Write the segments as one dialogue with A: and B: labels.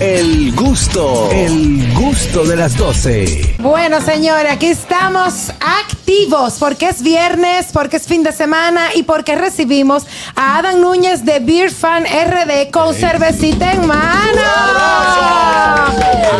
A: El gusto, el gusto de las 12.
B: Bueno, señores, aquí estamos activos porque es viernes, porque es fin de semana y porque recibimos a Adam Núñez de Beer Fan RD con cervecita en mano.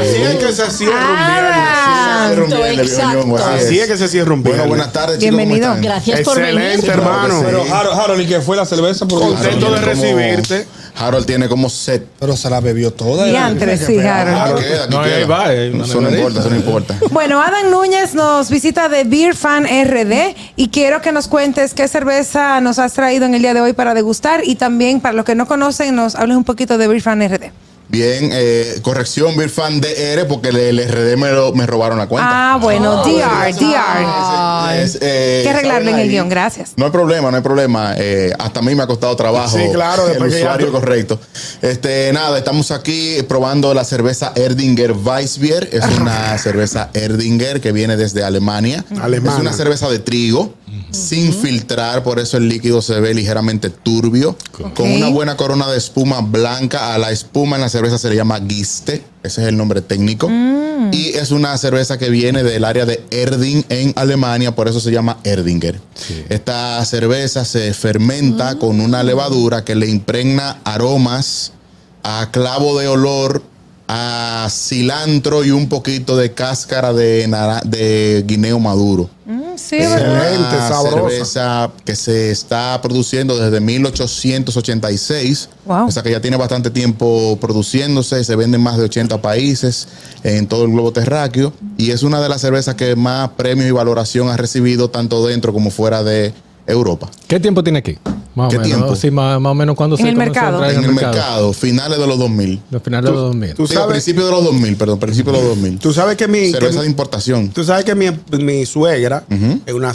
C: Así es que se hacía
B: Ah,
C: rumbear.
D: exacto,
C: Así es que se hacía rumbear,
D: exacto.
C: León.
E: Pues Así es que se cierra un
C: Bueno,
E: viernes.
C: buenas tardes, chicos.
B: Bienvenido.
C: ¿cómo están?
D: Gracias por venir.
E: Excelente, hermano. ah,
C: Sí.
F: Pero Harold, Harold, ¿y qué fue la cerveza? Por
C: Harold
E: Contento de
C: tiene como-
E: recibirte.
C: Harold tiene como set.
F: Pero se la bebió toda.
B: Y antes, sí, Harold.
C: Aquí queda, aquí
E: No, ahí
C: queda.
E: va, eh, una
C: Eso no
E: neverita.
C: importa, eso no importa.
B: Bueno, Adam Núñez nos visita de Beer Fan RD y quiero que nos cuentes qué cerveza nos has traído en el día de hoy para degustar y también para los que no conocen nos hables un poquito de Beer Fan RD.
C: Bien, eh, corrección, Beer Fan DR, porque el, el RD me, lo- me robaron la cuenta.
B: Ah, bueno,
C: Oh,
B: DR, DR.
C: Ah, es, eh,
B: Hay que arreglarlo en
C: ¿saben
B: el
C: ahí?
B: guión, gracias.
C: No hay problema, no hay problema. Eh, hasta a mí me ha costado trabajo.
E: Sí, claro,
C: El
E: después que ya
C: usuario
E: tú-
C: correcto. Este, nada, estamos aquí probando la cerveza Erdinger Weissbier. Es una cerveza Erdinger que viene desde Alemania.
E: Alemana.
C: Es una cerveza de trigo. Sin filtrar, por eso el líquido se ve ligeramente turbio. Con una buena corona de espuma blanca. A la espuma en la cerveza se le llama guiste. Ese es el nombre técnico.
B: Mm.
C: Y es una cerveza que viene del área de Erding en Alemania, por eso se llama Erdinger. Esta cerveza se fermenta con una levadura que le impregna aromas a clavo de olor, a cilantro y un poquito de cáscara de, nara- de guineo maduro.
B: Mm, Sí,
C: Es
B: ¿verdad?
E: Excelente,
C: una
E: sabrosa.
C: Ah, cerveza que se está produciendo desde 1886.
B: Wow.
C: O sea que ya tiene bastante tiempo produciéndose. Se vende en más de 80 países en todo el globo terráqueo. Y es una de las cervezas que más premios y valoración ha recibido tanto dentro como fuera de Europa.
G: ¿Qué tiempo tiene aquí? Más
C: ¿Qué
G: o menos.
C: tiempo?
G: Sí, más, más o menos cuando
B: En
G: se
B: el
G: comenzó
B: mercado.
G: a
E: Ah,
G: traer
C: en
G: al
C: el mercado. finales de los 2000.
G: Los finales de los 2000.
E: tú-
C: Digo,
E: sabes-
C: principio de los 2000, perdón, principio de los 2000.
E: Tú sabes que mi.
C: cerveza
E: que-
C: de importación.
E: Tú sabes que mi, mi suegra es una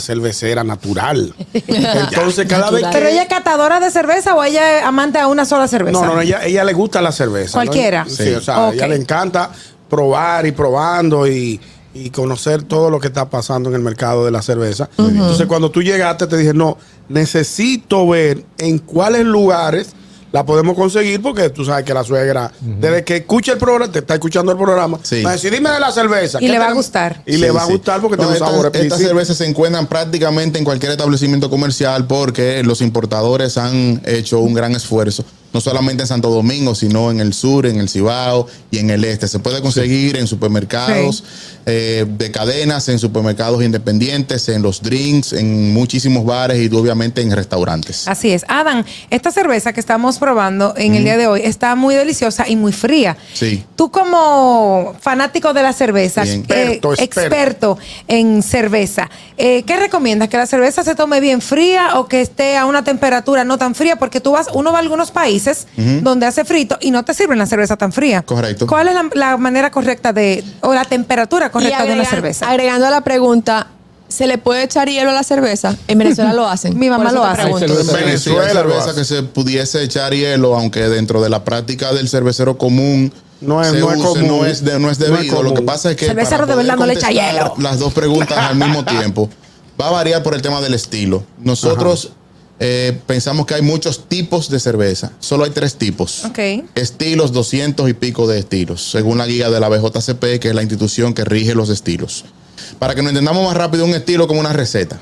E: cervecera natural. Entonces, cada vez que.
B: Pero ella es catadora de cerveza o ella es amante a una sola cerveza.
E: No, no, no, ella, ella le gusta la cerveza. ¿no?
B: Cualquiera.
E: Sí,
C: Sí.
E: o sea,
B: Ok.
E: ella le encanta probar y probando y, y conocer todo lo que está pasando en el mercado de la cerveza. Entonces, cuando tú llegaste, te dije, no, necesito ver en cuáles lugares la podemos conseguir porque tú sabes que la suegra, desde que escucha el programa, te está escuchando el programa,
C: Sí.
E: va a decir, dime de la cerveza.
B: Y
E: ¿qué
B: le va a
E: tenemos?"
B: gustar.
E: Y le
C: Sí,
E: va a
C: sí.
E: gustar porque
C: No,
E: tiene un
C: esta-
E: sabor
C: Estas
E: específico.
C: cervezas se encuentran prácticamente en cualquier establecimiento comercial porque los importadores han hecho un gran esfuerzo. No solamente en Santo Domingo, sino en el sur, en el Cibao y en el este. Se puede conseguir en supermercados eh, de cadenas, en supermercados independientes, en los drinks, en muchísimos bares y obviamente en restaurantes.
B: Así es. Adam, esta cerveza que estamos probando en el día de hoy está muy deliciosa y muy fría.
C: Sí.
B: Tú como fanático de la cerveza,
C: Bien.
E: Experto,
B: experto en cerveza, eh, ¿qué recomiendas? ¿Que la cerveza se tome bien fría o que esté a una temperatura no tan fría? Porque tú vas, uno va a algunos países donde hace frito y no te sirven la cerveza tan fría.
C: Correcto.
B: ¿Cuál es la, la manera correcta de, o la temperatura correcta
D: Y
B: de una
D: agregan-
B: cerveza?
D: Agregando a la pregunta, ¿se le puede echar hielo a la cerveza? En Venezuela lo hacen.
B: Mi mamá
D: Por eso
B: lo
D: te
B: hace.
D: pregunto.
G: Hay cerveza
C: Sí, sí, hay
E: Venezuela lo
C: cerveza
E: hace.
C: que se pudiese echar hielo, aunque dentro de la práctica del cervecero común
E: No es-
C: se
E: no es común.
C: no es, de- no es
E: No es
C: debido. Lo que
E: común.
C: pasa es que
B: Cervecero
C: para
B: de verdad
C: poder
B: no le echa
C: contestar
B: hielo.
C: Las dos preguntas al mismo tiempo va a variar por el tema del estilo. Nosotros eh, pensamos que hay muchos tipos de cerveza. Solo hay tres tipos.
B: Ok.
C: Estilos, 200 y pico de estilos, según la guía de la BJCP, que es la institución que rige los estilos. Para que nos entendamos más rápido, un estilo como una receta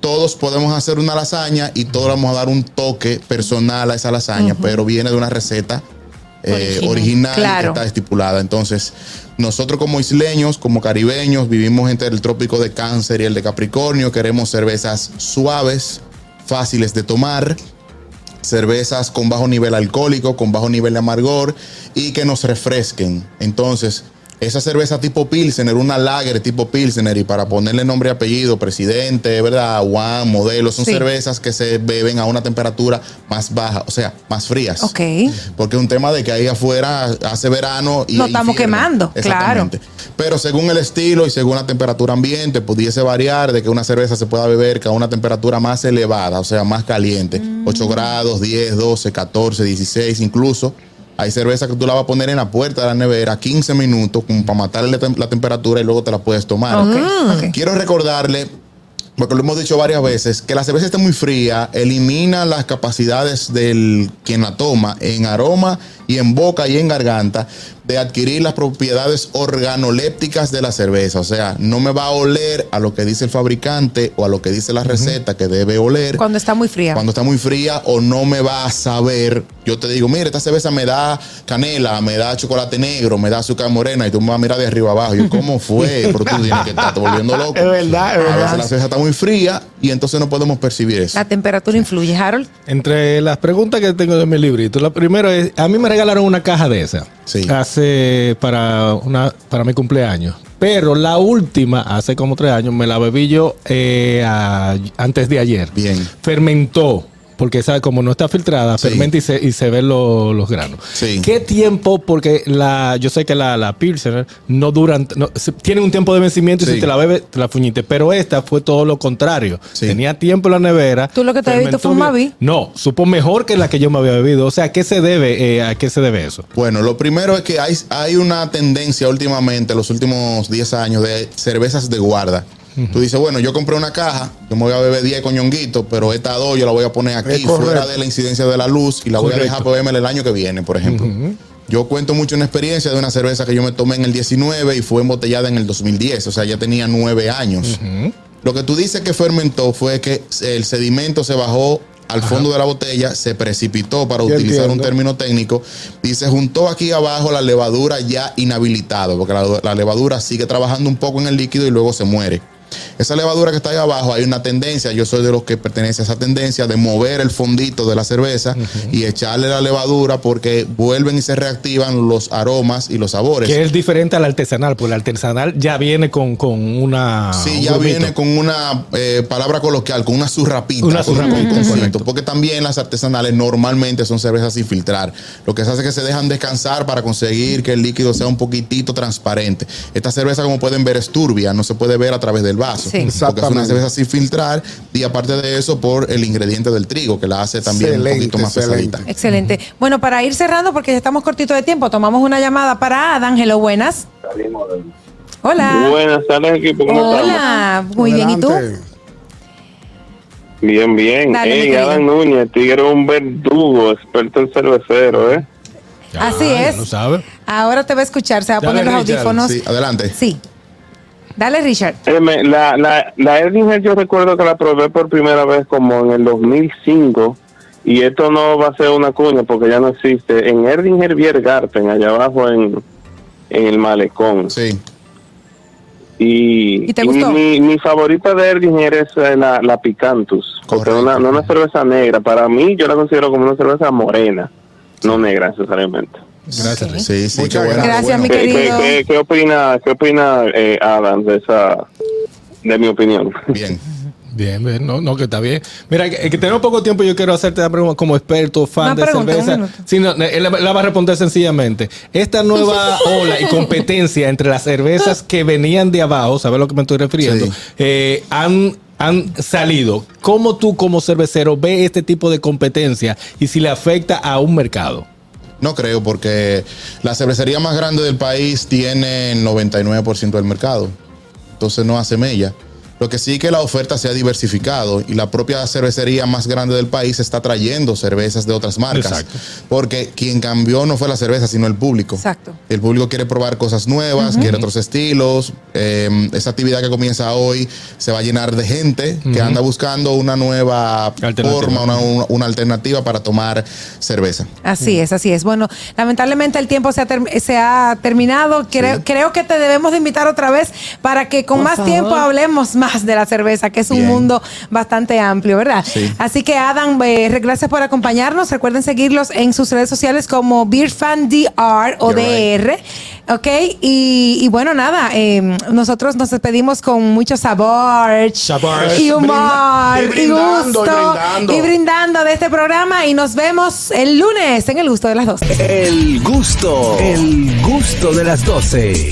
C: todos podemos hacer una lasaña y todos vamos a dar un toque personal a esa lasaña, pero viene de una receta eh,
D: Original.
C: original que
B: Claro.
C: está estipulada. Entonces, nosotros como isleños, como caribeños, vivimos entre el trópico de Cáncer y el de Capricornio, queremos cervezas suaves, fáciles de tomar. Cervezas con bajo nivel alcohólico, con bajo nivel de amargor y que nos refresquen. Entonces, esa cerveza tipo Pilsener, una lager tipo Pilsener, y para ponerle nombre y apellido, presidente, ¿verdad? Juan, modelo, son
B: Sí.
C: cervezas que se beben a una temperatura más baja, o sea, más frías.
B: Ok.
C: Porque es un tema de que ahí afuera hace verano y.
B: Nos
C: hay
B: estamos
C: infierno.
B: quemando,
C: Exactamente. Pero según el estilo y según la temperatura ambiente, pudiese variar de que una cerveza se pueda beber que a una temperatura más elevada, o sea, más caliente.
B: Mm.
C: 8 grados, 10, 12, 14, 16, incluso. Hay cerveza que tú la vas a poner en la puerta de la nevera 15 minutos como para matarle tem- la temperatura y luego te la puedes tomar.
B: Ok, ok.
C: Quiero recordarle porque lo hemos dicho varias veces, que la cerveza esté muy fría elimina las capacidades del quien la toma en aroma y en boca y en garganta de adquirir las propiedades organolépticas de la cerveza. O sea, no me va a oler a lo que dice el fabricante o a lo que dice la receta que debe oler.
B: Cuando está muy fría.
C: Cuando está muy fría o no me va a saber, yo te digo, mira, esta cerveza me da canela, me da chocolate negro, me da azúcar morena y tú me vas a mirar de arriba abajo. Yo, ¿cómo fue? Pero tú tienes que estar volviendo loco.
E: Es verdad, es
C: A
E: verdad.
C: veces la cerveza está muy fría y entonces no podemos percibir eso.
B: La temperatura influye, Harold.
G: Entre las preguntas que tengo de mi librito, la primera es, a mí me regalaron una caja de esa
C: Sí.
G: hace para una para mi cumpleaños, pero la última hace como tres años me la bebí yo eh, a- antes de ayer.
C: Bien.
G: Fermentó. Porque esa, como no está filtrada,
C: Sí.
G: fermenta y se, y se ven lo- los granos.
C: Sí.
G: ¿Qué tiempo? Porque la, yo sé que la, la Pilsener no duran, no, se- tiene un tiempo de vencimiento y
C: Sí.
G: si te la bebes, te la fuñiste. Pero esta fue todo lo contrario.
C: Sí.
G: Tenía tiempo en la nevera.
B: Tú lo que te
G: fermentó
B: bebiste fue un
G: bien.
B: Mavi.
G: No, supo mejor que la que yo me había bebido. O sea, ¿a qué se debe, eh, a qué se debe eso?
C: Bueno, lo primero es que hay, hay una tendencia últimamente, los últimos 10 años, de cervezas de guarda. Tú dices, bueno, yo compré una caja, yo me voy a beber 10 con ñonguito, pero esta dos yo la voy a poner
E: Es
C: aquí,
E: correcto.
C: fuera de la incidencia de la luz, y la voy a dejar para beberme el año que viene, por ejemplo. Yo cuento mucho una experiencia de una cerveza que yo me tomé en el 19 y fue embotellada en el 2010, o sea, ya tenía 9 años. Lo que tú dices que fermentó fue que el sedimento se bajó al fondo de la botella, se precipitó para
E: Yo
C: utilizar un
E: entiendo.
C: término técnico, y se juntó aquí abajo la levadura ya inhabilitada, porque la, la levadura sigue trabajando un poco en el líquido y luego se muere. Esa levadura que está ahí abajo, hay una tendencia, yo soy de los que pertenece a esa tendencia de mover el fondito de la cerveza y echarle la levadura porque vuelven y se reactivan los aromas y los sabores.
G: Que es diferente al artesanal, porque el artesanal ya viene con, con una.
C: Sí,
G: Ah, un
C: ya
G: grumito.
C: viene con una eh, palabra coloquial, con una surrapita.
G: Una surrapita,
C: un
G: correcto.
C: concepto, Porque también las artesanales normalmente son cervezas sin filtrar. Lo que se hace es que se dejan descansar para conseguir que el líquido sea un poquitito transparente. Esta cerveza, como pueden ver, es turbia, no se puede ver a través del vaso.
B: Sí.
C: Porque es una
E: Exactamente.
C: cerveza sin filtrar y aparte de eso, por el ingrediente del trigo, que la hace también
E: Excelente,
C: un poquito más
E: excelente.
C: pesadita.
B: Excelente. Bueno, para ir cerrando, porque ya estamos cortitos de tiempo, tomamos una llamada para Adán. Hello, buenas. Hola.
H: Buenas tardes, equipo. ¿Cómo estamos?
B: Hola. Muy bien, ¿y tú?
E: Adelante.
H: Bien, bien.
B: Dale, mi
H: Ey,
B: querido.
H: Adam Núñez, tigre un verdugo, experto en cervecero, ¿eh?
G: Ya,
B: Así
G: Ah, ya
B: es.
G: lo sabe.
B: Ahora te va a escuchar, se va a
G: Dale,
B: poner los
G: Richard,
B: audífonos.
C: Sí, adelante.
B: Sí. Dale, Richard.
H: Eh, me- la, la, la Erdinger yo recuerdo que la probé por primera vez como en el 2005 y esto no va a ser una cuña porque ya no existe. En Erdinger Biergarten, allá abajo en, en el malecón.
C: Sí.
H: Y,
B: ¿Y te
H: y
B: gustó?
H: mi, mi favorita de Erdinger es eh, la, la Picantus. Porque
C: Correcto.
H: una, no una cerveza negra. Para mí yo la considero como una cerveza morena, no negra necesariamente.
G: Gracias,
B: Ok.
G: Richard.
C: Sí, sí,
E: Muchas
C: qué bueno,
B: gracias,
C: qué bueno.
B: mi
H: ¿Qué,
B: querido.
H: qué- qué- qué opina, qué opina eh, Adam de esa de mi opinión?
C: Bien.
G: Bien, bien, no, no, que está bien. Mira, que, que tenemos poco tiempo, yo quiero hacerte la pregunta como experto, fan
B: Una
G: de
B: pregunta, un
G: cerveza.
B: minuto.
G: Sí, no, eh, la, la va a responder sencillamente. Esta nueva ola y competencia entre las cervezas que venían de abajo, ¿sabes a lo que me estoy refiriendo?
C: Sí.
G: Eh, han, han salido. ¿Cómo tú como cervecero ves este tipo de competencia y si le afecta a un mercado?
C: No creo, porque la cervecería más grande del país tiene el 99% del mercado. Entonces no hace mella. Lo que sí que la oferta se ha diversificado y la propia cervecería más grande del país está trayendo cervezas de otras marcas.
G: Exacto.
C: Porque quien cambió no fue la cerveza, sino el público.
B: Exacto.
C: El público quiere probar cosas nuevas, quiere otros estilos. Eh, esa actividad que comienza hoy se va a llenar de gente que anda buscando una nueva
G: Alternativa.
C: forma, una- una- una alternativa para tomar cerveza.
B: Así es, así es. Bueno, lamentablemente el tiempo se ha, ter- se ha terminado. Creo, creo que te debemos de invitar otra vez para que con
D: Por
B: más
D: favor.
B: tiempo hablemos más de la cerveza, que es un
C: Bien.
B: mundo bastante amplio, ¿verdad?
C: Sí.
B: Así que, Adam, eh, re- gracias por acompañarnos. Recuerden seguirlos en sus redes sociales como BeerFanDR o
C: You're right.
B: DR. ¿Ok? Y, y bueno, nada, eh, nosotros nos despedimos con mucho sabor,
G: Sabor.
B: y humor
E: Brinda- y
B: y
E: brindando,
B: gusto
E: y brindando.
B: y brindando de este programa y nos vemos el lunes en el gusto de las 12.
A: El gusto, el gusto de las 12.